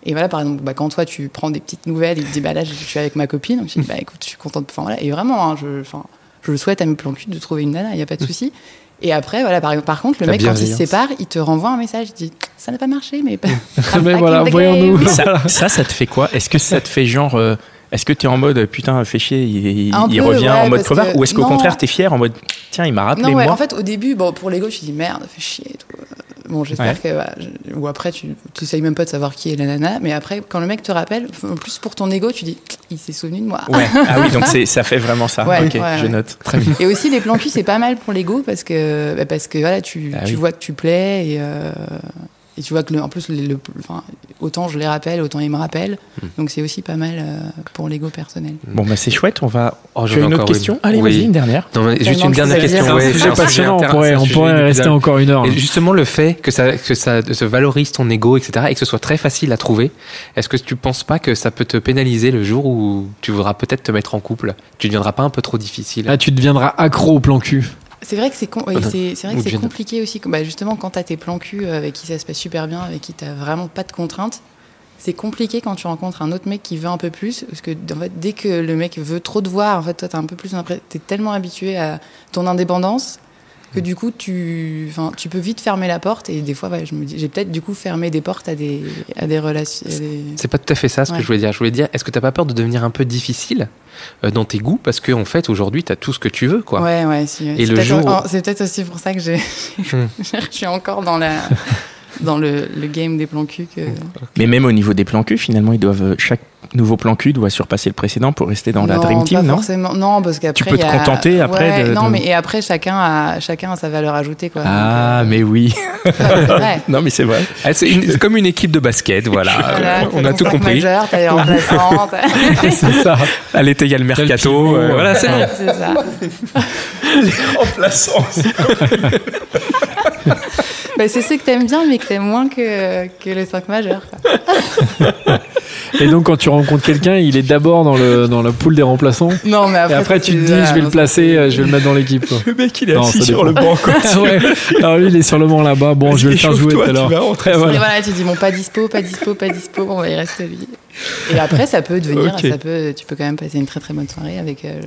Et voilà, par exemple, bah, quand toi tu prends des petites nouvelles, il te dit bah là je suis avec ma copine, donc tu dis bah écoute, je suis contente. Enfin voilà, et vraiment, hein, je, enfin, je le souhaite à mes plans cul de trouver une nana, il y a pas de Mm. souci. Et après, voilà, par, par contre, le La mec quand il se bienveillance. sépare, il te renvoie un message, il dit ça n'a pas marché, *laughs* mais pas. Mais voilà, voyons-nous. Ça, ça, ça te fait quoi Est-ce que ça te fait genre. euh, est-ce que t'es en mode putain, fait chier, il, il- Un il peu, revient ouais, en mode parce crevard que- Ou est-ce qu'au non. contraire, t'es fier en mode tiens, il m'a rappelé Non, ouais, moi en fait, au début, bon, pour l'ego, je me dis merde, fait chier et tout. Bon, j'espère Ouais. que. bah, je- Ou après, tu n'essayes même pas de savoir qui est la nana, mais après, quand le mec te rappelle, en plus pour ton ego, tu dis il s'est souvenu de moi. *laughs* Ouais, ah oui, donc c'est- ça fait vraiment ça. Ouais, ok, ouais, je ouais. note. Très bien. Et aussi, les plans cul, c'est pas mal pour l'ego parce que, bah, parce que voilà, tu, Ah tu oui. vois que tu plais et, euh, et tu vois que, le- en plus, le, le- enfin, autant je les rappelle, autant ils me rappellent. Hmm. Donc, c'est aussi pas mal euh, pour l'ego personnel. Bon, bah c'est chouette, on va. Oh, tu as j'en une ai autre encore une. question Allez, Oui. vas-y, une dernière. Non, mais juste Tellement une que dernière ça veut question. dire- ouais, C'est un c'est un sujet passionnant, on intéressant, pourrait, c'est un on sujet pourrait rester inépuisable. encore une heure. Et justement, le fait que ça, que ça se valorise ton ego, etc., et que ce soit très facile à trouver, est-ce que tu penses pas que ça peut te pénaliser le jour où tu voudras peut-être te mettre en couple Tu deviendras pas un peu trop difficile Ah, tu deviendras accro au plan *laughs* cul. C'est vrai que c'est con- oui, Pardon. c'est- c'est vrai que Ou c'est bien de- compliqué aussi. Bah, justement, quand t'as tes plans cul euh, avec qui ça se passe super bien, avec qui t'as vraiment pas de contraintes, c'est compliqué quand tu rencontres un autre mec qui veut un peu plus, parce que en fait, dès que le mec veut trop te voir, en fait, toi t'as un peu plus, l'impression- t'es tellement habitué à ton indépendance que du coup tu, enfin, tu peux vite fermer la porte. Et des fois, bah, je me dis, j'ai peut-être du coup fermé des portes à des, à des relations. à des- C'est pas tout à fait ça ce Ouais. que je voulais dire. Je voulais dire, est-ce que t'as pas peur de devenir un peu difficile euh, dans tes goûts Parce qu'en fait, aujourd'hui, t'as tout ce que tu veux, quoi. Ouais, ouais, si, ouais. Et C'est le peut-être- jour où- oh, C'est peut-être aussi pour ça que j'ai- *laughs* je suis encore dans la. Dans le, le game des plans cul que. Mais même au niveau des plans cul, finalement, ils doivent. Chaque nouveau plan cul doit surpasser le précédent pour rester dans la Non, Dream pas Team, non forcément. Non, parce qu'après. peux te il y a- contenter après Ouais, de- non, de- mais et après, chacun a, chacun a sa valeur ajoutée, quoi. Ah, mais oui. Donc, euh, *laughs* c'est vrai. *laughs* Non, mais c'est vrai. Ah, c'est une- c'est comme une équipe de basket, voilà. *laughs* Ah, Voilà, on t'as a ton tout cinq compris. majeurs, t'as les remplaçants, t'as- C'est ça. À l'été, il y a le mercato. pivot, euh, ouais. voilà, c'est bon. *laughs* c'est ça. Remplaçant. Bah, c'est ceux que t'aimes bien, mais que t'aimes moins que, que les 5 majeurs. quoi. Et donc, quand tu rencontres quelqu'un, il est d'abord dans, le, dans la poule des remplaçants. Non, mais Et après, après, tu te c'est- dis, je vais le voilà, placer, euh, je vais le mettre dans l'équipe. *laughs* quoi. Le mec, il est Non, assis ça sur dépend. le banc. quoi. Ouais. Alors lui, il est sur le banc là-bas. *laughs* Bon, je vais le faire jouer tout Échauffe-toi, à l'heure. tu vas rentrer. Ouais, Et voilà. voilà, tu dis bon, pas dispo, pas dispo, pas dispo, bon, bah, il reste lui. Et après, ça peut devenir, Ok. ça peut, tu peux quand même passer une très très bonne soirée avec euh,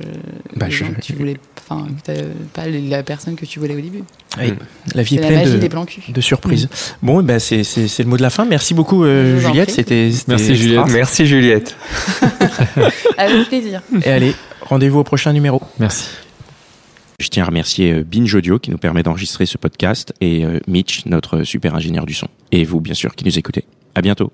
Bah, les je- gens que tu voulais, enfin, que t'as- pas la personne que tu voulais au début. La vie C'est est la pleine magie de, des plans cul. de surprises. Bon, eh ben, c'est c'est- c'est le mot de la fin. Merci beaucoup, euh, Je vous en Juliette. prie. C'était c'était Merci, extra. Juliette. Merci Juliette. Avec plaisir. Et allez, rendez-vous au prochain numéro. Merci. Je tiens à remercier euh, Binge Audio qui nous permet d'enregistrer ce podcast et euh, Mitch, notre euh, super ingénieur du son. Et vous, bien sûr, qui nous écoutez. À bientôt.